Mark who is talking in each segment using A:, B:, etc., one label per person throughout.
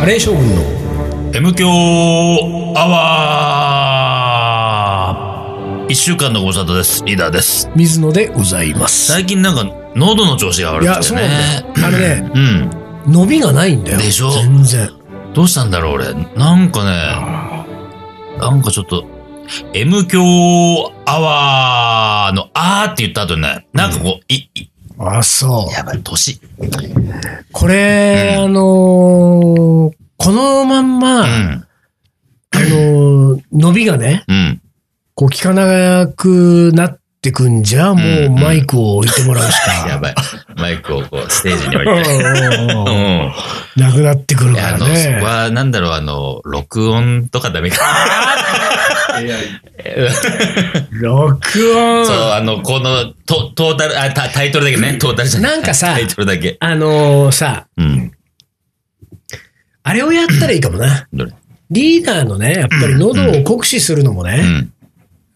A: カレー将軍の
B: M 強アワー一週間のご無沙汰です。リーダーです。
A: 水野でございます。
B: 最近なんか、喉の調子が悪
A: い
B: く
A: や、
B: て
A: そう
B: ね。
A: なんだよ。あれね、
B: うん。
A: 伸びがないんだよ。
B: でしょ
A: 全然。
B: どうしたんだろう、俺。なんかね、なんかちょっと、M 強アワーのあーって言った後にね、なんかこう、い、い、
A: あ、そ
B: やばい、年。
A: う。これ、あのーこのまんま、
B: う
A: あ
B: ん。
A: のー伸びがね、
B: うん。
A: こう効かなくなってくんじゃ、も
B: ん
A: う
B: うん
A: マイクを置いてもらうしか。
B: やばい。マイクをこう、ステージに置い
A: うん
B: て。
A: うん
B: う
A: うん
B: ん。
A: なくなってくる
B: い
A: か
B: や、あ
A: ら
B: の、そこ
A: ね。
B: は、なんだろう、あの、録音とかダメか。
A: 録音
B: そう、あの、この、トトータル、あ、タタイトルだけね、トータルじゃい
A: なんかさ
B: タイトルだけ。
A: あのーさ、
B: うん。
A: あれをやったらいいかもな。
B: どれ
A: リーダーのね、やっぱり喉を酷使するのも
B: うん。う
A: ね、
B: ん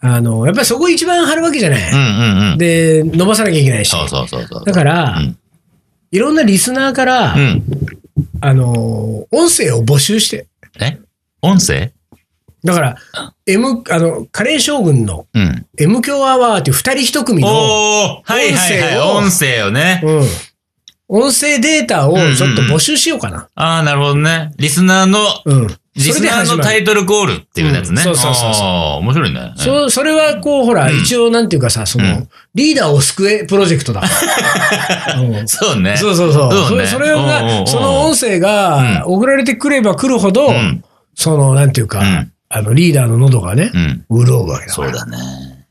A: あの、やっぱりそこ一番張るわけじゃない。
B: うんうん。
A: で、伸ばさなきゃいけないし。
B: そうそうそうそう。
A: だから、
B: うん
A: いろんなリスナーから、
B: うん。
A: あの、音声を募集して。
B: え音声
A: だから、M、あの、カレー将軍の
B: うん。
A: M 強アワーっていう二人一組の、
B: おーはいはいはい。音
A: 音
B: 声をね。
A: うん、音声データを
B: うんうんうん
A: ちょっと募集しようかな。
B: ああ、なるほどね。リスナーの、
A: うん。
B: リスナーのタ
A: る。
B: イトルコールっていうやつ
A: う
B: ね。
A: んそうそうそうそう
B: あー面白いね。うん
A: そそれはこう、ほら、
B: うん
A: 一応なんていうかさ、その、
B: うん
A: リーダーを救えプロジェクト だから。うん
B: そうね。
A: そうそうそう。
B: そ
A: そう
B: ね
A: れそれ
B: おうおうおう
A: が、その音声が送られてくれば来るほど、
B: うん
A: その、なんていうか、
B: うん
A: あの、リーダーの喉がね
B: う、ん。
A: 潤うわけだか
B: そう
A: ら。
B: だね。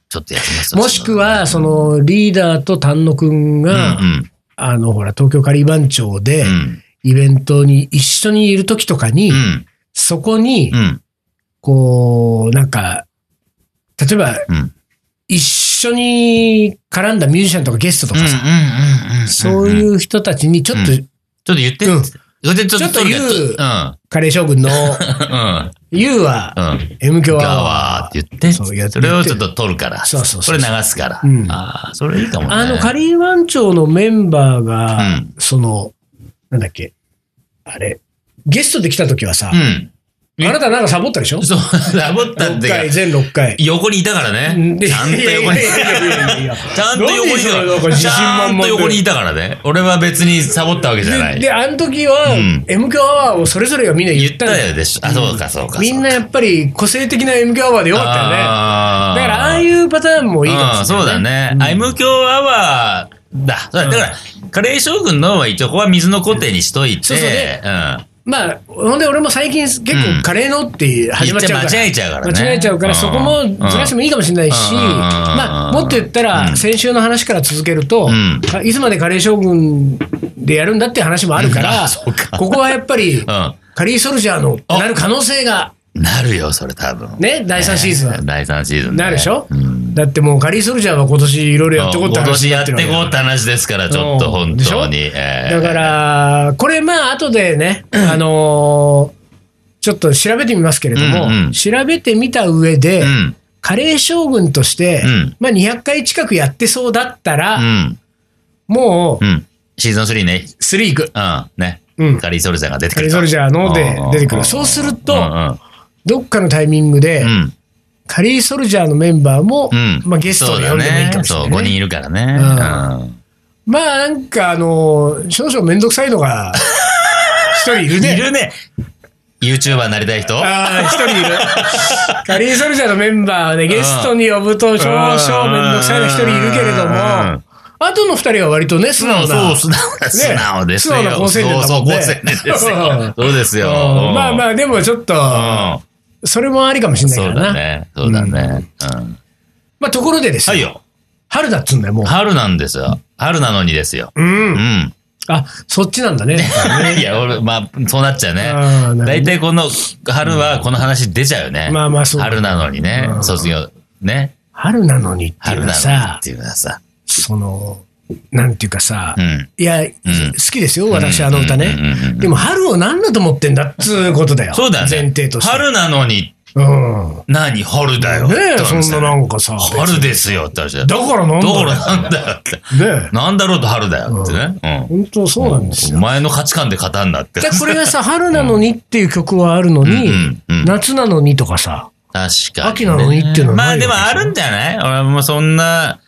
B: ちょっとやってます
A: もしくは、その、リーダーと丹野くん
B: うんう
A: が、
B: ん。
A: あの、ほら、東京カリバン町で
B: う、ん。
A: イベントに一緒にいる時とかに、
B: うん。
A: そこに
B: う、ん。
A: こう、なんか、例えば、
B: うん
A: 一緒に絡んだミュージシャンとかゲストと
B: うん
A: か
B: うん
A: さ、
B: うん
A: そ
B: うん。
A: ういう人たちに、ちょっと、
B: うちょっと言って。
A: うん
B: それでちょっと
A: ちょっと言う
B: うん。
A: カレー将軍 の、
B: うん。
A: ユーは、
B: うん。
A: M 響
B: ガ
A: は
B: ワーって言って、
A: そうやって
B: それをちょっと取るから。
A: そうそう
B: そ
A: そう
B: れ流すから。
A: うん
B: ああ、それいいかもね。
A: あの、カリーワン町のメンバーが、
B: うん
A: その、なんだっけ、あれ、ゲストで来た時はさ、
B: うん。
A: あなたなんかサボったでしょ
B: そう、サボったっ
A: ?6
B: ていう
A: 回、
B: か、
A: 全6回。
B: 横にいたからね。ちゃんと横に。ち
A: ち
B: ゃんと横にいたから。ちゃんと横にいたからね。俺は別にサボったわけじゃな
A: で
B: い。
A: で、あの時は、
B: うん
A: M 響アワーをそれぞれがみんな言
B: 言
A: っ
B: った
A: の
B: たよでしょ。あ、そうかそうか。
A: みんな
B: よ
A: やっぱり個性的な M 響アワーでよかったよね。だから、ああいうパターンもいいか
B: う
A: も
B: ん
A: しれ
B: そう
A: ない、
B: だね。アイム教アワーだ。そうだだから、カレー将軍のは一応、ここは水のコテにしといて、
A: そうそうで
B: ん。
A: まあ、ほんで俺も最近結
B: うん
A: 構カレーのって始まっちゃうから。
B: 言っちゃ間違えちゃうからね
A: 間違えちゃうから、
B: うん
A: そこもずらしてもいいかもしれないし、
B: うん
A: まあ、もっと言った
B: うん
A: ら、先週の話から続けると
B: ん、
A: あいつまでカレー将軍でやるんだっていう話もあるか
B: うんあ
A: ら
B: そうか、
A: ここはやっぱり、
B: う
A: カリーソルジャーのってなる可能性が、
B: ん。なるよ、それ多分。
A: ね、第3シーズンは。
B: 第3シーズンね。
A: なるでしょ
B: うん。
A: だってもうカリーソルジャーは今年いろいろやってこうって
B: 今
A: 話
B: 年
A: にな
B: やっ
A: って
B: て
A: る
B: こ
A: わけ
B: うって話ですから、ちょっと本
A: でしょ
B: 当に。えー
A: だから、これまあ、後でね、あのーちょっと調べてみますけれども、
B: うんうん
A: 調べてみた上で、
B: うん。
A: カレー将軍として、
B: うん
A: まあ200回近くやってそうだった
B: う
A: ら、
B: ん。
A: もう
B: う、ん。シーズン3ね。
A: スリーク。
B: うん。ね。
A: うん
B: カリーソルジャーが出てく
A: カ
B: る。
A: レーソルジャーので
B: うん
A: 出てくる。そうする
B: うん
A: と、どっかのタイミングで、
B: うん。うん。
A: カリーソルジャーのメンバーも、
B: うん。
A: まあゲストで呼んでもいいかもしれない、
B: そうだねそう、5人いるからね。うん。
A: まあなんかあのー少々めんどくさいの が、一人いるね。
B: いるね。YouTuber になりたい人
A: ああ、一人いる。カリーソルジャーのメンバーでゲストに呼ぶと少々めんどくさいの一人いるけれども
B: うんうんうん、
A: 後の二人は割とね、素直
B: そ
A: な。
B: う、素直な、素直ですよ。
A: 素直な好青年だ
B: そうそ
A: もん
B: う、
A: ね
B: 高青年ですよ。そうですよ。
A: うんまあまあ、でもちょっと、
B: あ、
A: それもありかもし
B: うん。
A: れな
B: そ
A: いうからな。
B: だね。そうだね。うん。
A: まあ、ところでです
B: はい
A: よ。
B: よ。
A: 春だっつうんだよ、もう。
B: 春なんですよ。春なのにですよ。
A: う。
B: うんん。
A: あ、そっちなんだね。
B: いや、俺、まあ、そうなっちゃうね。
A: あーなる
B: 大
A: ほど
B: 体この春はこの話出ちゃうよね。
A: まあまあそう
B: 春なのにね
A: う。ん
B: 卒業、ね。
A: 春なのにっていう
B: 春
A: のは
B: なのにっ
A: さ、
B: ていうのはさ。
A: その、なんていうかさ
B: う、ん。
A: いや、好きですよ、私、あの歌
B: うんうんうんうんう
A: ね
B: ん。
A: でも、春を何だと思ってんだっつうことだよ。
B: そうだね。
A: 前提として。
B: 春なのに
A: うん。ね
B: 何、春だよ。
A: え、そんなな
B: な。
A: んかさ。
B: 春ですよって話だよ。
A: だからなんだ
B: だ
A: ろ
B: か
A: う
B: らなんだよって。
A: ねえ。
B: なんだろうと春だよってね。うん。
A: 本当そうなんです
B: お
A: よ。
B: 前の価値観で語んなって。
A: で、これがさ、春なのにっていう曲はあるのに、
B: うんうんうん
A: 夏なのにとかさ、
B: 確かに、
A: 秋なのにっていうのは
B: ま
A: ない
B: あ
A: わけで
B: で
A: しょ
B: もあるんじゃない俺もそんな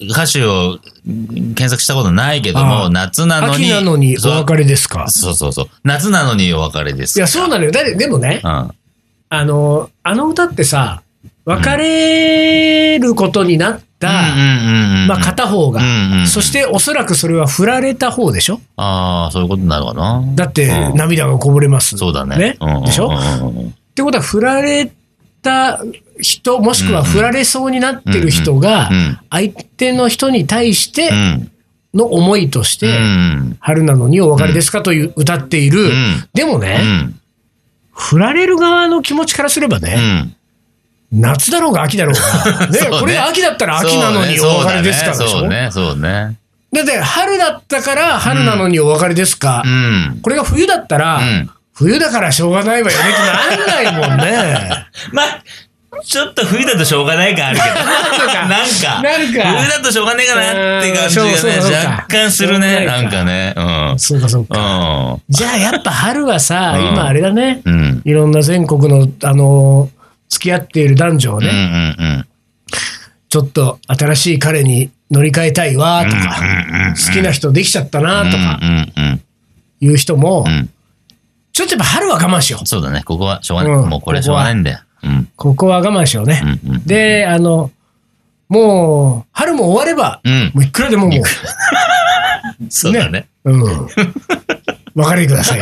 B: 歌手を検索したことないけど
A: あ
B: も、
A: あ
B: 夏なのに。
A: 秋なのにお
B: そう
A: 別れですか。
B: そうそうそう。夏なのにお別れです。
A: いや、そうなのよ。だってでもね、
B: うん。
A: あの、あの歌ってさ、別れることになった、まあ、片方が、
B: うんうん
A: そしておそらくそれは振られた方でしょ
B: ああ、そういうことになるかな。
A: だって
B: うん
A: 涙がこぼれます。
B: そうだね。
A: ね
B: うんうんうんうん
A: でしょってことは、振られた人、もしくは振られそうになってる人が
B: うんうん、
A: 相手の人に対して
B: うん。
A: の思いとして、
B: うん。
A: 春なのにお別れですかという歌っている。
B: ん
A: でも
B: う
A: ね、
B: ん。
A: 振られる側の気持ちからすれば
B: う
A: ね、
B: ん。
A: 夏だろうが秋だろう が、ね
B: そうね
A: これが秋だったら秋なのにお別れですかでし
B: そ
A: ょ
B: うね、そうねそうね。
A: だって春だったから春なのにお別れですか
B: う、ん。
A: これが冬だったら、
B: うん
A: 冬だからしょうがないわよねってなんないもんね。
B: まあ、ちょっと冬だとしょうがない 感あるけど。なんか、
A: なんか
B: 冬だとしょうがねえかなって感じ
A: うんそうそうそう
B: がね、
A: か
B: 若干する
A: しょ
B: ね。
A: うがないか
B: なんかね。
A: そうかそう
B: う
A: か。
B: ん。
A: じゃあやっぱ春はさ、
B: うん
A: 今あれだね。
B: うん。うん。
A: いろんな全国の、あの、付き合っている男女を
B: うんうん
A: ね、
B: うん。
A: ちょっと新しい彼に乗り換えたいわとか、好きな人できちゃったなとか
B: うんうん
A: いう人も
B: う、ん。
A: ちょっとやっぱ春は我慢しよう。
B: そうだね。ここはしょうがな
A: う
B: い。
A: ん
B: もうこれはしょうがないんだよ。うん。
A: ここは我慢しようね。
B: うんうん
A: で、あの、もう、春も終われば、
B: うん
A: もういくらでももう、
B: そうだね。
A: うん。別れてくださ い。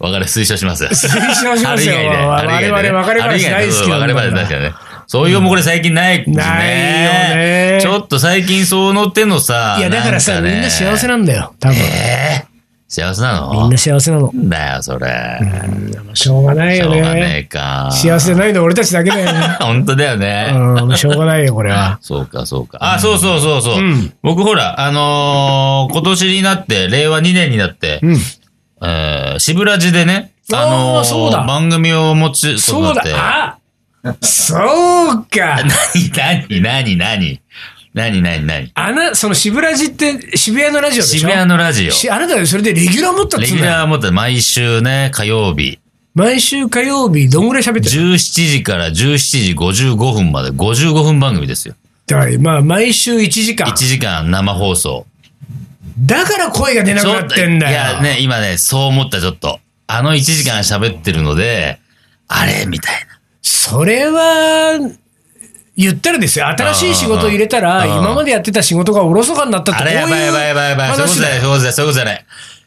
B: 別れ推奨します。
A: 推奨しますよ。
B: あれ以外ね
A: 我々
B: あれ以
A: 別
B: 外ね
A: れ話大好きなんだ
B: あれ以外ねそう別れ話大好きだね。そういうもこれ最近ないですね。
A: ないよね
B: ちょっと最近その手のさ。
A: いや、だからさ、
B: ね
A: みんな幸せなんだよ。多分。
B: えー幸せなの
A: みんな幸せなの。
B: なんだよ、それ。
A: しょうがない
B: しょ
A: よ
B: うがね
A: ね。
B: えか。
A: 幸せないの俺たちだけだよね。
B: 本当だよね。
A: うん、しょうがないよ、これは。
B: そうか、そうか。あ、そうそうそうそう。
A: うん
B: 僕ほら、あのー今年になって、令和2年になって、
A: うん。
B: えー、渋ラジでね、
A: あー
B: あのー
A: そうだ
B: 番組を持つことに
A: そ
B: な
A: う
B: っ
A: だ
B: て。、
A: あそうか。
B: 何、何、何、何、何、何、何。
A: あな、その渋ラジって渋谷のラジオでしょ
B: 渋谷のラジオ。
A: しあなたそれでレギュラー持ったっ
B: レ
A: つ
B: ギ
A: うん
B: ュ
A: だよ。
B: ラー持って毎週ね、火曜日。
A: 毎週火曜日、どんぐらい喋ってる
B: 17時から17時55分まで55分番組ですよ。
A: だから、まあ、毎週1時間
B: 1。時間生放送。
A: だから声が出なくなってんだよ。
B: いやね、今ね、そう思ったちょっと。あの1時間喋ってるので、あれみたいな。
A: それは、言ったらですよ。新しい仕事入れたら、
B: うん
A: 今までやってた仕事がおろそかになったって、
B: あ
A: こう
B: れやばいやばいやばい
A: い
B: や
A: う
B: ばい。そういうこ
A: 話
B: とじゃ
A: だ
B: ない、
A: よ。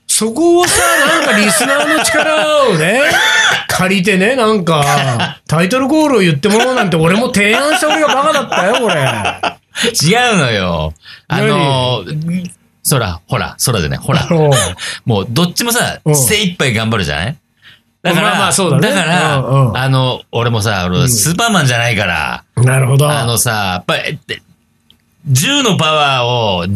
B: そういうことじゃな
A: そこ
B: い、そういうことじゃない。
A: をさ、なんかリスナーの力を ね、借りてね、なんか、タイトルコールを言ってもらおうなんて、俺も提案した俺がバカだったよ、これ。
B: 違うのよ。あのー、空、ほら、空でね、ほら。
A: うん
B: もう、どっちもさ
A: う、ん
B: 精一杯頑張るじゃないだから、
A: まあまあそうだね
B: から、
A: うんうん
B: あの、俺もさ、俺スーパーマンじゃないから、
A: なるほど。
B: あのさ、やっぱり、え銃のパワーを10、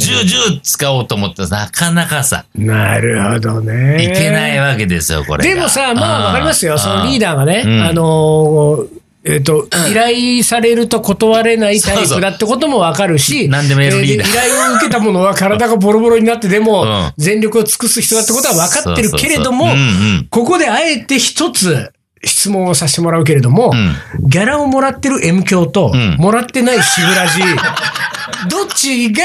B: 10使おうと思ってなかなかさ、
A: なるほどね。
B: いけないわけですよ、これが。
A: でもさ、まあわかりますよ。そのリー
B: ダ
A: ダーがね、
B: うん
A: あのーえっと、依頼されると断れないタイプだってこともわかるし、
B: 何でもやるリーダー
A: え依頼を受けたものは体がボロボロになってでも、
B: うん
A: 全力を尽くす人だってことはわかってるけれども
B: うん、うん。
A: ここであえて一つ質問をさせてもらうけれども、ギャラをもらってる M 教と、
B: うん
A: もらってないシブ ラジ、どっちが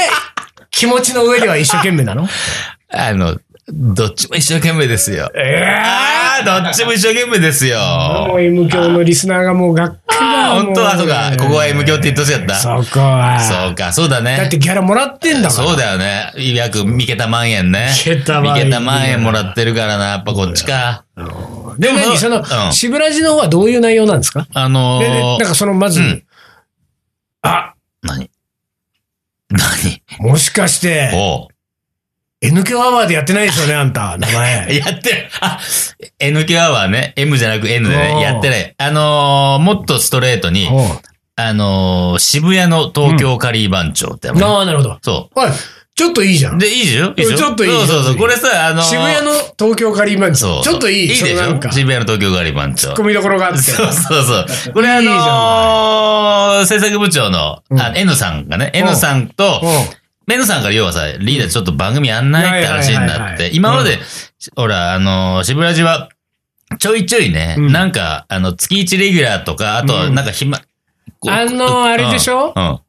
A: 気持ちの上では一生懸命 なの
B: あの、どっちも一生懸命ですよ。ああ、どっちも一生懸命ですよ。
A: もう M 教のリスナーがもうがっかりだ
B: あ
A: わ
B: 本当は、そうか。ここは M 教って言ってほしかった。
A: そ
B: そ
A: こは。
B: うか、そうだね。
A: だってギャラもらってんだから。
B: そうだよね。約3桁万円ね。
A: 三桁万円
B: 三桁万円もらってるからな、やっぱこっちか。
A: でも何その、
B: うん
A: シブラジの方はどういう内容なんですか
B: あの
A: でで
B: ー
A: なん、かそのまず、
B: うん
A: あ、
B: 何何
A: もしかして、
B: おう
A: N 響アワーでやってないですよね、あんた、名 前。
B: やってる。あ、N キュアはね、M じゃなく N で
A: おう
B: ね、やってない。あのー、もっとストレートに、
A: ほう
B: あのー、渋谷の東京カリー番長ってやつね
A: ああ、なるほど。
B: そ
A: おい、ちちょっといいじゃん。
B: で、いいでしょいいでしょ
A: ちょっといい
B: そうそうそう。これさ、あのー、
A: 渋谷の東京カリーマンチ
B: そ
A: ョ。
B: うそう。
A: ちょっといい。
B: いい
A: そ
B: でし
A: のなん
B: ょ
A: か、
B: 渋谷の東京ガリバンチョ。
A: 込みどころがあって。
B: そうそうそう。これ
A: いいじゃない
B: あのー、制作部長の、
A: うん
B: あ、N さんがね、N さんと
A: うん、
B: N さんから要はさ、リーダーちょっと番組やんないって話に
A: はいはい
B: な
A: は
B: っ
A: いは
B: て、
A: い
B: 今まで、ほら、あのー、渋谷は、ちょいちょいね、
A: うん
B: なんか、あの、月1レギュラーとか、あと、
A: うん
B: なんか暇、こう
A: あのーあれでしょ
B: うん。うん、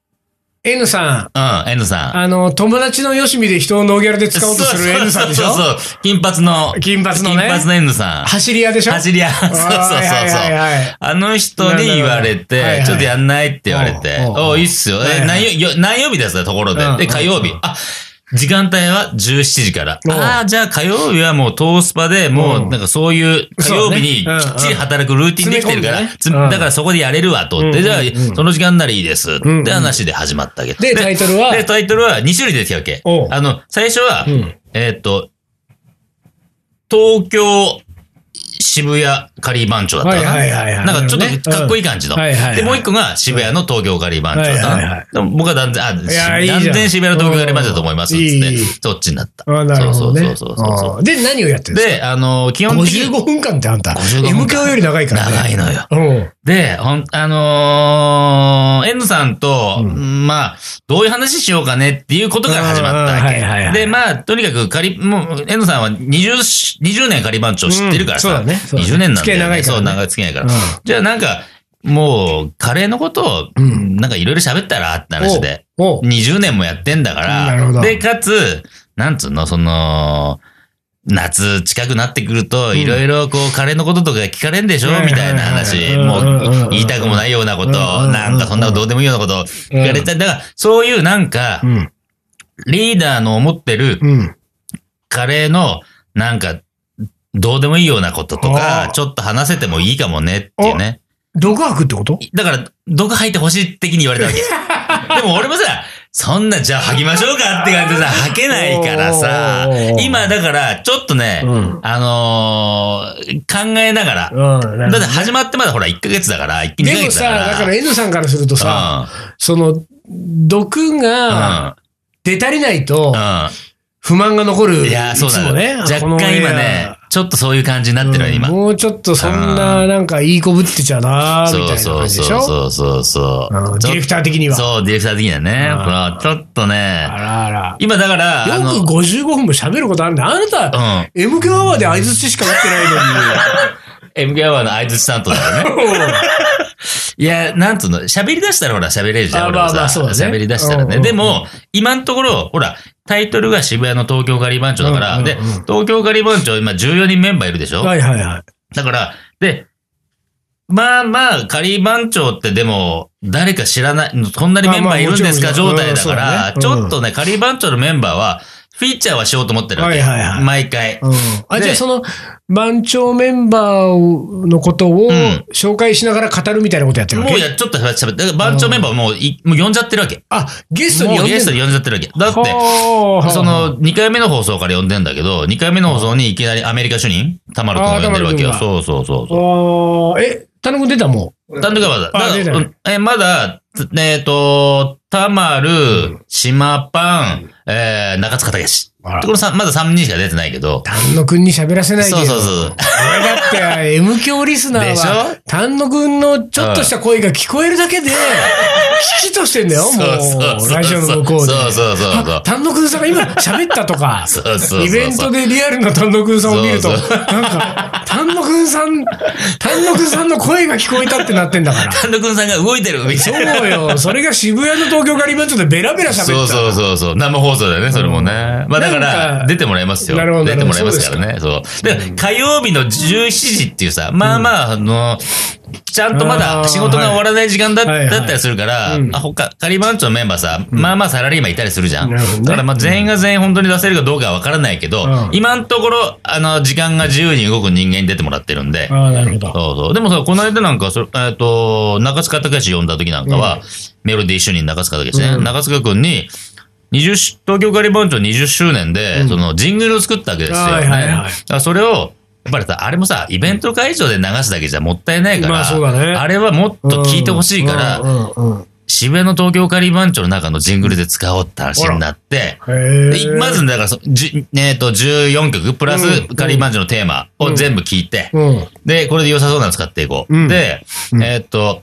A: N さん、
B: うん N さん。
A: あの、友達のよしみで人をノーギャルで使おうとする N さんでしょ
B: そうそうそう。金髪の、
A: 金髪のね
B: 金髪の N さん。
A: 走り屋でしょ
B: 走り屋。そうそうそうそう。
A: はいはいはいはい
B: あの人に言わ
A: な
B: れ
A: るほどはい
B: て
A: は、い
B: ちょっとやんないって言われて、
A: おうおう
B: おういいっすよ。
A: はいは
B: え
A: い
B: 何曜よ何曜日ですかところで
A: うん。
B: で、火曜日
A: うん。
B: あ、時間帯は17時から。
A: おう
B: ああ、じゃあ火曜日はもうトースパで、
A: う
B: も
A: ん
B: うなんかそういう火曜日にき
A: そうねうん
B: っちり働くルーティンできてるから、
A: うん
B: つだからそこでやれるわと。
A: うん
B: で、じゃあ
A: うんうん
B: その時間ならいいです。っ
A: んうん
B: て話で始まったわけど。
A: で、タイトルは、
B: で、タイトルは2種類出てきたわけ
A: おう。
B: あの、最初は
A: うん、
B: えーっと、東京、渋谷カリー番長だったか
A: はいはいはいは
B: な。
A: い
B: なんかちょっとかっこいい感じの。
A: うんはいはいはい
B: で、もう一個が渋谷の東京カリー番長だった
A: はいはいは
B: な。でも僕は断然、あ、
A: やいいじゃん
B: 断然渋谷の東京カリー番長だと思います。つっ
A: うんい
B: て
A: い、
B: そっちになった。
A: あなるほどね
B: そうそうそうそう
A: あーで、何をやって
B: そう。
A: るんです
B: で、あの、基
A: か
B: 本的に
A: ?55 分間ってあんた、
B: 55
A: M
B: 分間
A: 響より長いからね。
B: 長いのよ。
A: うん。
B: で、ほん、あのー、N さんと、まあ、どういう話しようかねっていうことから始まったわけ。
A: うんはいはいはい
B: で、まあ、とにかく、仮、もう、N さんは20し、20年仮番長知ってるからさ、
A: うんそうだねそうだね
B: 20年なんだよ、ね。
A: 付き合い長いからね
B: そう、長い付き合いから。
A: うん
B: じゃあ、なんか、もう、カレーのことを、
A: うん
B: なんかいろいろ喋ったらって話で、
A: おう。おう
B: 20年もやってんだか
A: なるほど
B: ら、で、かつ、なんつうの、その、夏近くなってくると、いろいろこう、カレーのこととか聞かれんでしょ
A: はいはい
B: み
A: はい
B: たいな話。
A: うん
B: も
A: うんうんうん
B: う、言いたくもないようなこと、
A: うんうんうん
B: なんかそんなことどうでもいいようなこと、聞かれた。だから、そういうなんか
A: う、ん。
B: リーダーの思ってる
A: うん。
B: カレーの、なんか、どうでもいいようなことと
A: あ
B: か
A: ー、
B: ちょっと話せてもいいかもねっていうね。
A: 独白ってこと
B: だから、毒吐いてほしい的に言われたわけ。 でも俺もさ、そんな、じゃあ吐きましょうかって感じでさ、吐けないからさ
A: おーおーおー、
B: 今だから、ちょっとね、
A: うん
B: あのー考えながら、
A: うん。だ
B: だって始まってまだほら1ヶ月だから、1、2ヶ
A: でも
B: 月
A: さ、
B: だから。
A: だから N さんからするとさ、その、毒が出足りないと
B: うん、うん。
A: 不満が残る。
B: いやー、そう
A: いつ
B: だ
A: も
B: ね。
A: ね。
B: 若
A: この
B: 干今
A: オンエ
B: ね
A: ア、
B: ちょっとそういう感じになってるよ、今。
A: もうちょっとそんな、なんか、いいこぶってちゃなーみた
B: そ
A: いうな感
B: そう
A: じで
B: そう
A: しょ
B: そうそうそう。
A: うんディレクター的には。
B: そう、ディレクター的にはね。
A: うん
B: これはちょっと
A: あ
B: ね、
A: らあ
B: 今だから、
A: ら。
B: あの
A: よく55分も喋ることあるんだ。あなた、
B: うん。
A: M 響アワーで相づちしか打ってない
B: MK アワーの相槌担当だからね。
A: のに。
B: いや、なんつうの、喋り出したらほら喋れるじゃん。
A: あ
B: 俺も
A: まあまあ
B: さ
A: そうだね
B: 喋り出したら
A: うんうん
B: ね。
A: うん
B: でも、今のところ、ほら、タイトルが渋谷の東京ガリバン長だから、
A: うんうんうん
B: で、東京ガリバン長今14人メンバーいるでしょ、
A: はいはいはい。
B: だから、で、まあまあ、仮番長ってでも、誰か知らない、そんなにメンバーいるんで
A: まあま
B: す
A: あ
B: か
A: もちろん
B: 状態だから
A: う、ん
B: ち
A: そうだねうん
B: ょっとね、仮番長のメンバーは、フィーチャーはしようと思ってるわけ。
A: はいはいはい
B: 毎回。
A: うん。あ、
B: で
A: じゃあその、番長メンバーのことを
B: ん
A: 紹介しながら語るみたいなことやってるわ
B: も
A: け
B: うや、ちょっと喋って、だから番長メンバーはもうい、もう呼んじゃってるわけ。
A: あ、ゲストに
B: も
A: 呼
B: うん
A: で
B: ゲスト
A: ん
B: に
A: の
B: 呼んじゃってるわけ。だって、
A: ほー
B: そ、の、2回目の放送から呼んでんだけど、2回目の放送にいきなりアメリカ主任、田丸君を呼んでるわけよ。
A: あー田
B: そうそうそうそう。
A: あーえ、田中君出たも
B: 単独はまだ。
A: あ出て
B: だか
A: な
B: ら
A: い
B: うんえまだ、つえっ、と、田丸、島パン、えー、中塚武史。
A: あら
B: この三まだ3人しか出てないけど
A: う。。丹野くんに喋らせないでよ。
B: そうそうそう。
A: 俺だって、M 響リスナーは
B: でし、
A: 丹野くんのちょっとした声が聞こえるだけで、聞きとしてんだよ、も
B: そうそうそう
A: う。
B: そう
A: ラジオの向こうで。
B: そうそうそうそう
A: あ丹野くんさんが今喋ったとか
B: そうそうそうそ、う
A: イベントでリアルな丹野くんさんを見ると、な
B: そ
A: ん
B: うそ
A: か、丹野くんさん、丹野くんさんの声が聞こえたってなってんだから。
B: 単独さんが動い てるみたいな。
A: そうよ、それが渋谷の東京ガリバンチョでベラベラ喋った。
B: そうそうそうそう。生放送だよね、それもね。まあだ
A: な
B: か、
A: んから
B: 出てもらいますよ。
A: なるほど
B: 出てもらいますからね。そう。で、火曜日の17時っていうさ、まあまあ、あの、ちゃんとま
A: あ
B: だ
A: ー
B: 仕事が終わらない時間だ
A: はいはい
B: だったりするから
A: うん、
B: あ他、仮番長のメンバーさ、まあまあサラリーマンいたりするじゃん。
A: なるほどね
B: だからまあ全員が全員本当に出せるかどうかはわからないけど
A: うん、
B: 今のところ、あの、時間が自由に動く人間に出てもらってるんで、
A: ああ、なるほど。
B: そうそう。でもさ、この間なんか、それ、えっ、と、中塚隆呼んだ時なんかは、メロディー主任中塚隆ね、
A: うん
B: 中塚くんに、20し東京ガリバンチョ20周年で、その、ジングルを作ったわけですよ、ね。
A: はいはいはい
B: だからそれを、やっぱりさ、あれもさ、イベント会場で流すだけじゃもったいないから、
A: まあそうだね
B: れはもっと聞いてほしいから、
A: うんうんうんうん
B: 渋谷の東京カリー番長の中のジングルで使おうって話になって、
A: へ
B: で
A: え。
B: まず、だからそ、じゅえっ、と、14曲、プラ
A: うん
B: スカリー番長のテーマを全部聞いて、
A: うん。
B: で、これで良さそうなの使っていこう。
A: うん
B: で、
A: うん
B: えーっと、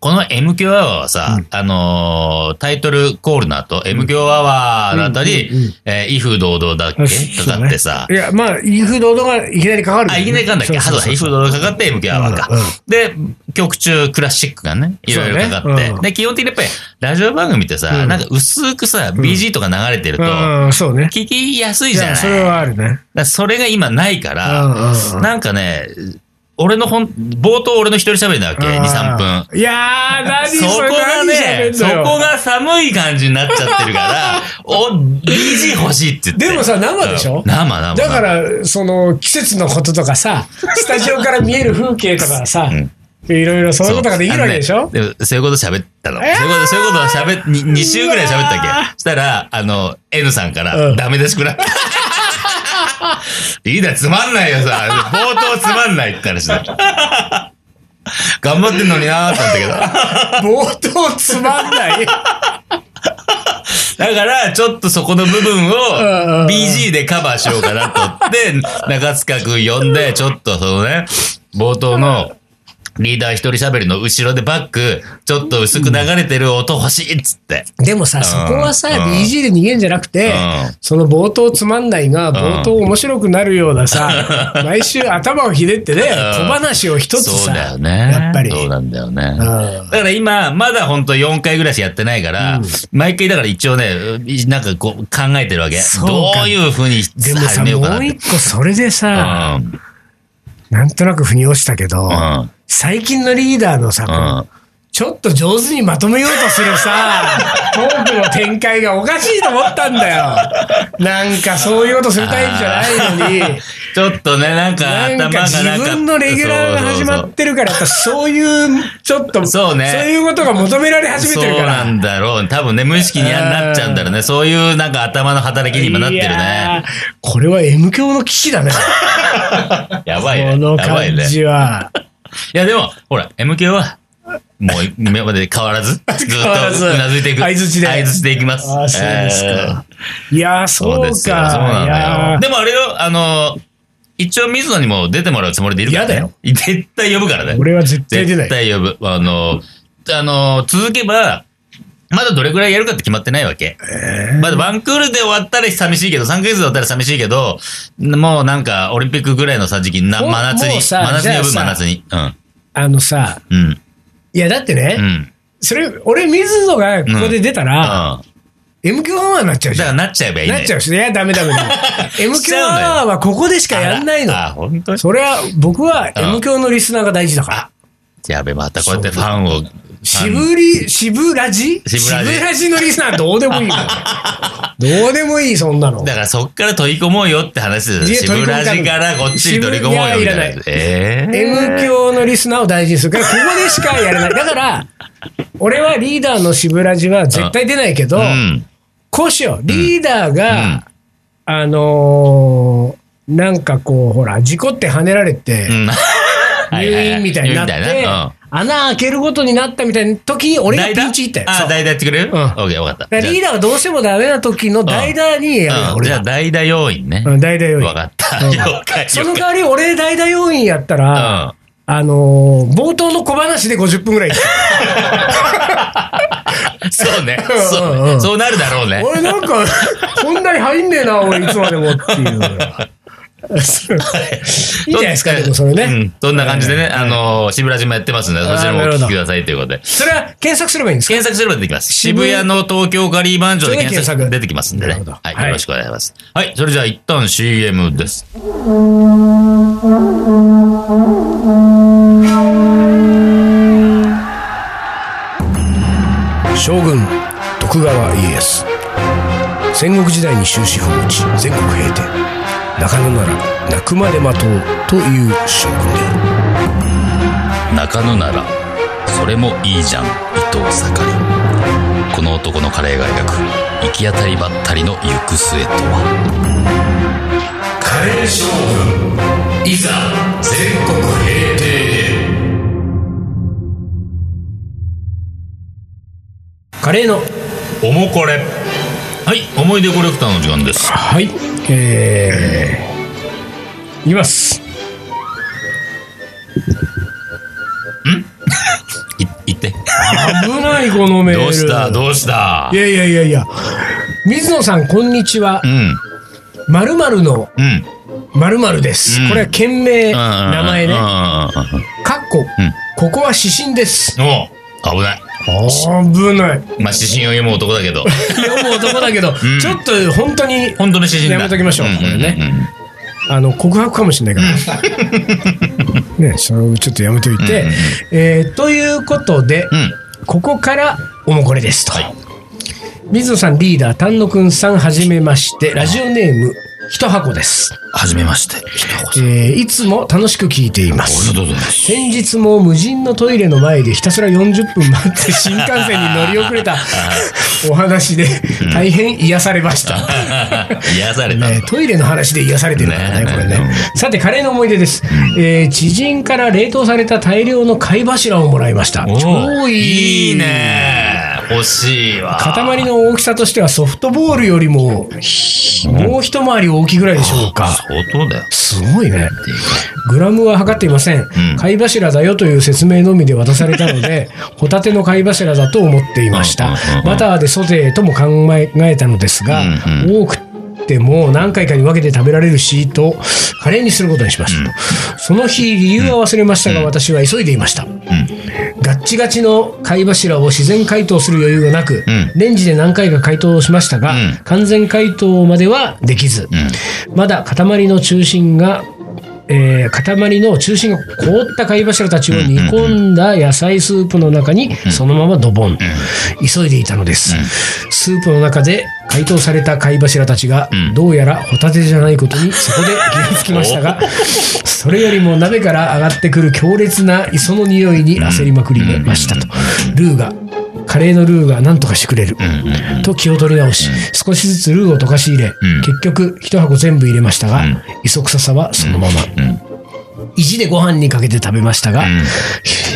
B: この MQ アワーはさ、あのータイトルコールの後、MQ アワーの後に、
A: うんうんうん
B: えー、威風堂々だっけ
A: あそうだね
B: かかってさ、
A: いや、まあ、イフドードがいきなりかかる、
B: あ、いきなりかかんだっけ
A: そ
B: そう
A: そう
B: うだ、
A: そう
B: 威風堂々かかって MQ アワーか。
A: うんうん
B: で、曲中クラシックがね、いろいろかか
A: そう
B: っ
A: だね
B: て。
A: うん
B: で、基本的にやっぱり、ラジオ番組ってさ、
A: うん
B: なんか薄くさ、BG とか流れてると、
A: うん、そうね。
B: 聞きやすい
A: い
B: じゃな
A: や、
B: い
A: それはあるね。
B: だからそれが今ないから、
A: うんうんうん
B: なんかね、俺の本、冒頭俺の一人喋りなわけ、2、3分。
A: 分。いやー、何
B: そこ
A: れ
B: がね、
A: 何
B: そ
A: 喋んのよ
B: こが寒い感じになっちゃってるから、お、BG 欲しいって言って。
A: でもさ生でしょ
B: うん生生。
A: だから、その、季節のこととか さ、スタジオから見える風景とかさ、
B: ん
A: いろいろそ
B: 生、
A: ういうことができるわけでし
B: あの
A: ょ
B: ねもそういうこと喋ったの。そう
A: えー
B: いうこと、そういうこと喋っ、2, 週ぐらい喋った
A: うわ
B: っけしたら、あの、N さんか
A: う
B: ら、
A: ん
B: ダメですく らって。リーダーつまんないよさ。冒頭つまんないって話だ。頑張ってんのになーって思ったけど。
A: 冒頭つまんない。
B: だから、ちょっとそこの部
A: う
B: 分
A: んうん
B: を BG でカバーしようかなと思って、 中塚くん呼んで、ちょっとそのね、冒頭のリーダー一人喋りの後ろでバック、ちょっと薄く流れてる音欲しいっつって。
A: でもさ、そこはさ、
B: うん
A: BG で逃げんじゃなくて
B: うん、
A: その冒頭つまんないが、冒頭面白くなるような さ、毎週頭をひねってね、小話を一つ
B: そう
A: さ、
B: だよね。
A: やっぱり。
B: そうなんだよね。
A: ん
B: だから今、まだ本当4回ぐらいしかやってないから、毎回だから一応ね、なんかこう考えてるわけ。
A: そう
B: ど
A: か
B: ういうふうに
A: でも
B: 始
A: さ、
B: めようか
A: も
B: なっ
A: う
B: て。
A: 一個それでさ、
B: うん
A: なんとなく腑に落ちたけど
B: ん、
A: 最近のリーダーのさ、こ
B: うん
A: のちょっと上手にまとめようとする さ、トークの展開がおかしいと思ったんだよ。なんかそういうことするタイプじゃないのに。
B: ちょっとね、なんか
A: な
B: 頭が
A: んか自分のレギュラーが始まってるから、やっぱそういう、ちょっと、
B: そうね
A: いうことが求められ始めてる
B: そう
A: から。
B: なんだろう。多分ね、無意識になっちゃうんだろうね。そういうなんか頭の働きに今なってる
A: いやー
B: ね。
A: これは M 教の危機だね。
B: や
A: こ
B: ばいね。
A: の
B: やばい
A: 感
B: ね。い
A: じは。
B: や、でも、ほら、MK は、もう今まで変わらず、ずっと
A: 変わらず
B: うなずいていく。
A: 相槌で
B: 相槌でいきます。
A: ああ、そうですか。いやー、
B: えーそ
A: そうう
B: で
A: か。
B: すよ。そうない
A: や
B: の
A: ー
B: よ。でもあれよ、あの、一応水野にも出てもらうつもりでいるから、ね。
A: やだよ。
B: 絶対呼ぶからね。
A: 俺は絶対出な
B: 絶
A: い。
B: 対呼ぶ。あの、あの、続けば、まだどれくらいやるかって決まってないわけ。まだワンクールで終わったら寂しいけど、3ヶ月で終わったら寂しいけど、もうなんかオリンピックぐらいのさ時期にな、
A: もう
B: 真夏
A: も
B: に、
A: う
B: 真
A: さ
B: 夏に呼ぶ、
A: じゃ
B: 真
A: あ
B: 夏に。
A: あのさ、
B: うん。うん。
A: いや、だって
B: う
A: ね、
B: ん。
A: それ、俺、水野がここで出たら、
B: あ
A: M 教アワーになっちゃう
B: だ
A: じ
B: か
A: ゃん。
B: らなっちゃえばいいね。
A: なっちゃうし、いや、ダメダメダメ。M
B: しち
A: 教
B: ゃうのよ
A: アワーはここでしか
B: あら
A: やんないの。
B: あ、本当に
A: それは僕は
B: うん
A: M 教のリスナーが大事だから。
B: やべ、またこうやってファンを。
A: 渋り、渋ラジ
B: 渋ラジ
A: 渋ラジのリスナーどうでもいいよ どうでもいい、そんなの。
B: だからそっから取り込もうよって話で
A: いや
B: す。渋ラジからこっちに取り込もうよ
A: いや
B: みたいな。
A: いらない
B: ええ
A: M 教のリスナーを大事にするから、ここでしかやらない。だから、俺はリーダーの渋ラジは絶対出ないけど、
B: うん。
A: こうしよう。リーダー
B: うん
A: が、あのーなんかこう、ほら、事故って跳ねられて、
B: うん。はい
A: 入
B: はいは
A: 院みたいになって、
B: 入院みたいなうん
A: 穴開けることになったみたいな時に、俺が
B: 代打
A: ピンチヒッターよ
B: あ
A: そ
B: あ、
A: う
B: 代打やってくれる
A: うん
B: オッケー、わかっ
A: だか
B: た。
A: らリー
B: じ
A: ダーがどうしてもダメな時の代打にやる
B: ゃ
A: よ
B: あ、うん
A: 俺
B: じゃあ
A: は
B: 代打要員ね。
A: うん代打要員
B: わかった。
A: うん
B: 了解。
A: その
B: 了
A: 代
B: 解
A: わり俺代打要員やったら、あのー冒頭の小話で50分ぐら い行く
B: そうね。
A: うん
B: そう
A: う
B: ね
A: ん
B: そうなるだろうね。
A: 俺なんか本題入んねえな俺いつまでもっていういいんじゃないですかでもそれね、
B: うん。そんな感じでね、あのー、渋谷島やってますんで、そちらもお
A: あーなるほ
B: 聞
A: ど
B: きくださいということで。
A: それは検索すればいいんですか
B: 検索すれば出てきます。
A: 渋
B: 渋
A: 谷
B: 谷の東京ガリーバンジョンで検
A: それ
B: 索
A: で検索
B: 出てきますんで
A: な
B: ね
A: るほど。
B: はい。
A: はい
B: よろしくお願いします。はい。それじゃあ一旦 CM です。
A: 将軍徳川家康戦国時代に終止符を打ち全国平定中野なら泣くまで待とうという将軍である
B: 中野ならそれもいいじゃん伊藤盛りこの男のカレーが描く行き当たりばったりの行く末とはカレー将軍いざ全国平定へ
A: カレーの
B: おもこれはい思い出コレクターの時間です
A: はいえー、いきます
B: い言って
A: 危ないこのメール
B: どうしたどうした
A: いやいやいやいや水野さんこんにちは
B: うん
A: まるまるの
B: うん
A: まるまるです、
B: うん
A: これは県名名前ね
B: うん
A: かっこ
B: うん
A: ここは指針です
B: うんうんおう危ない
A: 危ない
B: まあ指針を読む男だけど
A: 読む男だけど、
B: ん
A: ちょっと本当に
B: 本当の指針だ
A: やめときましょうこれねあの告白かもしれない から。ね、それをちょっとやめといて。
B: うん
A: えーということで、
B: うんうん
A: ここからおもこれですと。
B: はい
A: 水野さんリーダー、丹野くんさんはじめまして、ラジオネーム、ひと箱です。
B: はじめましてひと
A: え
B: 言
A: ーいつも楽しく聞いていま
B: あり
A: す
B: が。とうございます
A: 先日も無人のトイレの前でひたすら40分待って新幹線に乗り遅れたお話で大変癒されま した。
B: 癒された
A: ね、トイレの話で癒されてるからね、
B: ね
A: これね
B: ね。
A: さて、カレーの思い出です。えー知人から冷凍された大量の貝柱をもらいました。
B: おう
A: 超いい。
B: いい。ね欲しいわ
A: 塊の大きさとしてはソフトボールよりも、もう一回り大きいぐらいでしょうか。
B: 相当だよ
A: すごいね。グラムは測っていません。貝柱だよという説明のみで渡されたの で、ホタテの貝柱だと思っていまし
B: うん
A: た
B: うんうんうん。
A: バターでソテーとも考えたのですが
B: うん、
A: 多くても何回かに分けて食べられるしと、カレーにすることにしましたと。その日、理由は忘れましたが、私は急いでいました。ガッチガチの貝柱を自然解凍する余裕がなく、
B: うん
A: レンジで何回か解凍しましたが、
B: うん
A: 完全解凍まではできず、まだ塊の中心が、えー塊の中心が凍った貝柱たちを煮込んだ野菜スープの中にそのままドボン、急いでいたのです、スープの中で解凍された貝柱たちが、
B: うん
A: どうやらホタテじゃないことにそこで気がつきました がそれよりも鍋から上がってくる強烈な磯の匂いに焦りまくりましたとルーがカレーのルーが何とかしてくれる、
B: うんうん
A: と気を取り直し、少しずつルーを溶かし入れ、
B: ん
A: 結局一箱全部入れましたが、
B: ん
A: 磯臭さはそのまま、
B: うん
A: 意地でご飯にかけて食べましたが、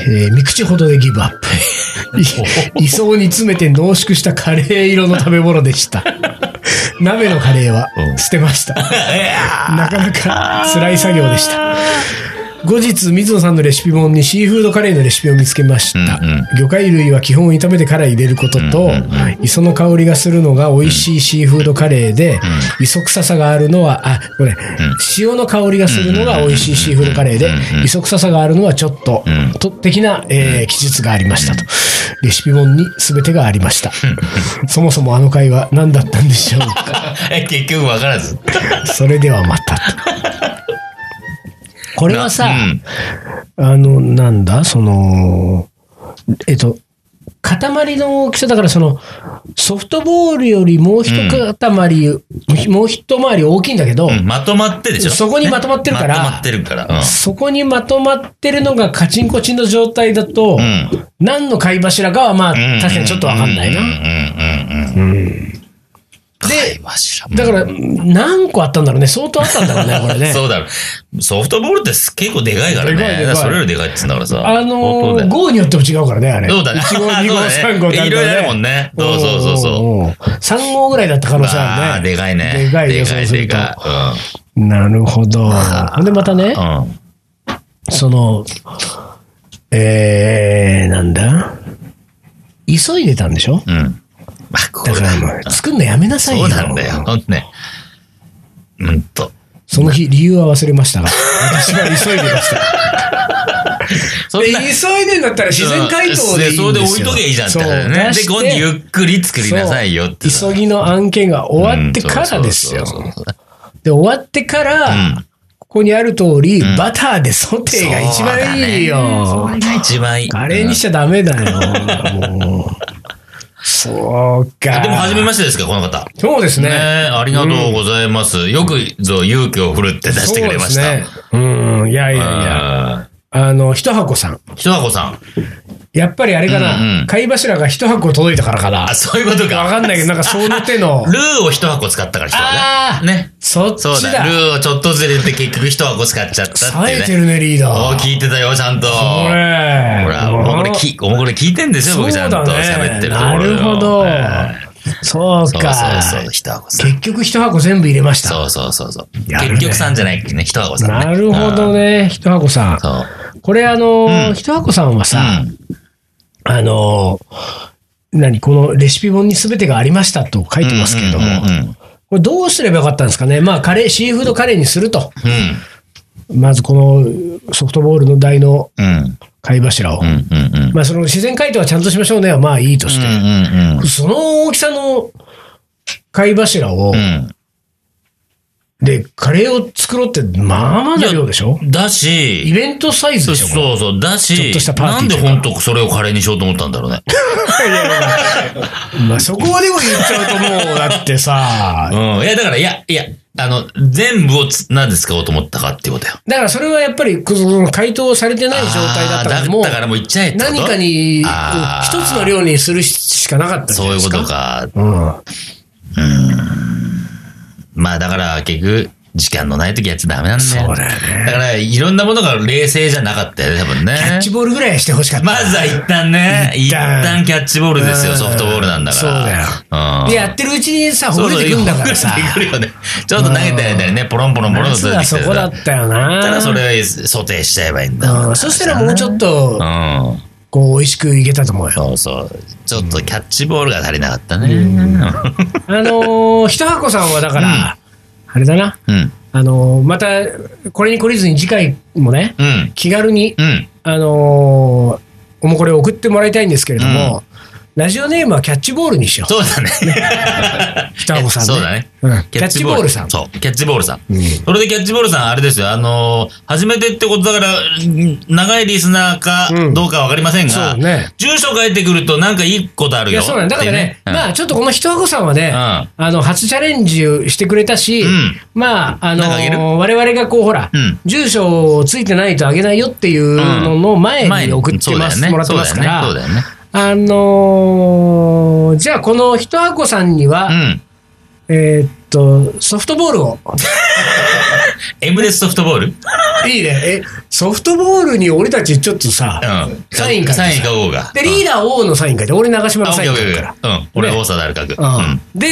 A: えー、三口ほどでギブアッ プい磯に詰めて濃縮したカレー色の食べ物でした 鍋のカレーは
B: うん
A: 捨てま したなかなか辛い作業でした後日水野さんのレシピ本にシーフードカレーのレシピを見つけました、
B: うんうん
A: 魚介類は基本炒めてから入れることと、磯の香りがするのが美味しいシーフードカレーで、磯臭さがあるのはあこれ、塩の香りがするのが美味しいシーフードカレーで、磯臭さがあるのはちょっと、と的な、えー記述がありましたとレシピ本に全てがありましたそもそもあの会は何だったんでしょう か
B: え結局分からず
A: それではまたとこれはさ、
B: うん
A: あの、なんだ、その、えっと、塊の大きさだから、その、ソフトボールよりもう一塊、もう一回り大きいんだけど、
B: うんまとまってでしょ
A: そこにまとまってるから
B: ねまとまってるからうん
A: そこにまとまってるのがカチンコチンの状態だと、
B: うん
A: 何の貝柱かはまあ、
B: うん
A: 確かにちょっとわかんないな。
B: うんうんうんうん
A: で、
B: うん
A: だから、何個あったんだろうね。相当あったんだろうね、これ ね。
B: そうだろソフトボールって結構でかいから
A: で
B: ね
A: かいでかい
B: それよりでかいっつうんだからさ
A: あ
B: 相当
A: の
B: だ
A: ー、
B: よ
A: 号によっても違うからね、あれ。
B: そうだね
A: 1号、2号、
B: そうだね
A: 3号ってあるからね
B: いろいろあるもんねそうそうそうそうん
A: んん3号ぐらいだった可能性あ
B: あ
A: る
B: ー
A: ね。
B: でかいね
A: でかいよ、
B: で
A: そ
B: か
A: う
B: い
A: す
B: で
A: ると。
B: か
A: なるほ ど。ほんで、またね
B: い、うんうん
A: その、えー、なんだ急いでたんでしょ
B: うんまあこ
A: だ
B: れ
A: からもう、作んのやめなさい
B: そ
A: よ。
B: うなんだよ。ほんとね。うんと。
A: その日、理由は忘れましたが、私は急いでました。
B: そ
A: で急いでんだったら自然解凍でいいんですよ。
B: それで置いとけばいいじゃんって
A: そう
B: 話だよね。
A: 出
B: で、
A: して
B: 今度ゆっくり作りなさいよって。
A: そう急ぎの案件が終わってからですよ
B: うん。そうそうそう
A: で、終わってから、
B: うん
A: ここにある通り、バターでソテーが一
B: そうだ
A: 番
B: ね
A: いいよ
B: そ。れが一番いい。
A: カレーにしちゃダメだよ。もうそう
B: う
A: か。
B: んでも、初めましてですか、この方。
A: そうです
B: ねえ、
A: ね。
B: ありがとうございます。よくぞ勇気を振るって出してくれました。
A: そうですね。うん、いやいやいや。
B: うん
A: あの、ひとはこさん。
B: ひとはこさん。
A: やっぱりあれかな、
B: うんうん
A: 貝柱が一箱届いたからかな。
B: あ、そういうこと
A: わ
B: か。
A: かんないけど、なんかその手の、
B: ルーを一箱使ったから、人は
A: あー
B: ね。ね。
A: そっ
B: そう
A: ち
B: だ。ル
A: だ。
B: ーをちょっとずれて結局一箱使っちゃったって
A: 冴
B: いう
A: え
B: ね。
A: てるね、リー
B: お
A: ダ
B: ー
A: ー。
B: 聞いてたよ、ちゃんと。
A: こ
B: ほ
A: れ。
B: ら、もうこれき、もうこれ聞いてんですよ、
A: そう
B: 僕ちゃん
A: だ
B: と
A: ね。
B: 喋ってるとこ
A: な
B: ろよ
A: るほど
B: はい。
A: そう
B: そうそう
A: か。
B: そう、一箱さん。
A: 結局一箱全部入れました。
B: そうそうそうそう。
A: やるね
B: 結局さんじゃないっけね、一箱さんね。
A: なるほどね、一箱さん
B: うん。そう。
A: これあのー
B: うん
A: 一箱さんはさ
B: う、ん
A: あのー何このレシピ本に全てがありましたと書いてますけども、
B: うんうん
A: これどうすればよかったんですかね、まあ、カレー、シーフードカレーにすると、まずこのソフトボールの台の
B: うん。うん。
A: 貝柱を、
B: うん。うん。うん。
A: まあ、その自然解凍はちゃんとしましょうねはまあいいとして、
B: うん。うん。
A: その大きさの貝柱を、
B: う
A: で、カレーを作ろうって、まあまあな量でしょ、
B: ん。だ
A: イ
B: し、
A: ベントサイズ
B: そ
A: で
B: う
A: しょ、こ
B: そうそう、だ
A: ちょっ
B: し
A: とした、パー
B: な
A: ティー
B: んで
A: とか
B: 本当それをカレーにしようと思ったんだろうね。
A: れまあ、そこまでも言っちゃうと、もう、だってさ、
B: うん。いや、だから、いや、いや、あの、全部をつ、何で使おうと思ったかっていうことよ。
A: だからそれはやっぱり、こその解凍されてない状態だったか
B: あ
A: ら、
B: ー
A: もう
B: だ、からもう言っちゃえってこと
A: 何かに、うん
B: あー
A: 一つの量にするしかなかったんじゃ
B: そ
A: な
B: う
A: いで
B: いう
A: す
B: こ
A: か。
B: とか。
A: うん。
B: まあだから結局、時間のない時やっちゃダメなんだよ。
A: そうだよね
B: だから、いろんなものが冷静じゃなかったよね、多分ね。
A: キャッチボールぐらいはしてほしかった。
B: まずは一旦ね、一
A: 一旦
B: 旦キャッチボールです
A: う
B: よ、
A: ん
B: ソフトボールなんだから。
A: そうだよ
B: うん。
A: で、やってるうちにさ、
B: そ
A: ほ
B: う
A: ぐ
B: そう、
A: れてくんだからさ。
B: ほぐれてくるよね。ちょっと投げてあげたりね、ポロンポロンポロン
A: 夏
B: と
A: はそこだったよな。
B: たらそれをソテーしちゃえばいいんだもん
A: うん、そしたらもうちょっと、
B: うん。
A: こう、美味しくいけたと思うよ。
B: そうそう。ちょっとキャッチボールが足りなかったね。
A: う
B: うんん。
A: あのー、一箱さんはだから、あれだな。
B: うん。
A: あのー、また、これに懲りずに次回もね、
B: うん。
A: 気軽に、
B: うん。
A: あのー、もうこれ送ってもらいたいんですけれども、ラジオネームはキャッチボールにしよう。
B: そうだね。
A: 北箱さんね。
B: そうだね
A: うんキャッチボールさん。
B: そう。キャッチボールさん。
A: うん
B: それでキャッチボールさん、あれですよ、あのー初めてってことだから、うん長いリスナーか
A: うん
B: どうかわかりませんが、
A: そうね
B: 住所書いてくるとなんかいいことある
A: い
B: よ。
A: や、そうなんだ。だからね、
B: っていう
A: まあ、ちょっとこの一箱さんはね、
B: ん
A: あの、初チャレンジをしてくれたし、
B: うん
A: まあ、あの
B: なんかあげる
A: 我々がこう、ほら、
B: うん
A: 住所をついてないとあげないよっていうのの前に送ってます、
B: 前に
A: もらってますから、
B: そうだよね。
A: あのーじゃあこの一箱さんには、
B: そうだよね
A: えーっと、ソフトボールを。
B: うん。エムレスソフトボールう ん。
A: いいね。え、ソフトボールに俺たちちょっとさ、サイン書いてさ
B: サイン書こうが。
A: で、リー
B: ダ
A: ダー王のサイン書いて、俺長島のサイン書くから。
B: うん。俺は大貞治書く。
A: うんで、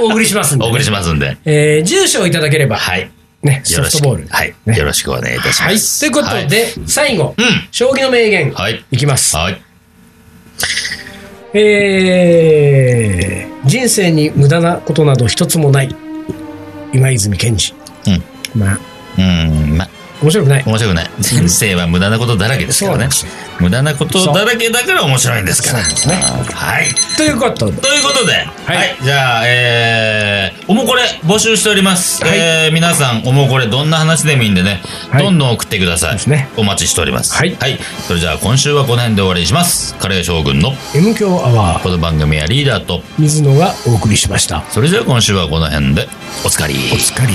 A: お送りしますん
B: うん。
A: で
B: お
A: ね、
B: 送りしますんで。
A: えー住所をいただければ、
B: はい。
A: ね、
B: よ
A: ソ
B: ろ
A: フ
B: し
A: ト
B: く
A: ボール。
B: はい。
A: ね
B: よろしくお願いいたしま
A: はい。
B: す。
A: ということ
B: はい
A: で、最後、
B: うん
A: 将棋の名言、
B: はい。
A: いきます。
B: はい。
A: えー人生に無駄なことなど一つもない。今泉健治。まあ、
B: うん。まあ、
A: 面白くない。
B: 面白くない。人生は無駄なことだらけですからね。
A: そう
B: 無駄なことだらけだから面白いんですから。
A: そうですね
B: はい。
A: ということで、
B: ということで、はい、
A: い
B: じゃあ、えー、おもこれ募集しております。
A: はい
B: えー、皆さん、おもこれどんな話でもいいんでね、
A: はい
B: どんどん送ってください。
A: ですね
B: お待ちしております。
A: はい
B: それじゃあ、今週はこの辺で終わりにします。カレー将軍の
A: M 強アワー、
B: この番組はリーダーと、
A: 水野がお送りしました。
B: それじゃあ今週はこの辺で、おつかり。
A: お疲れ。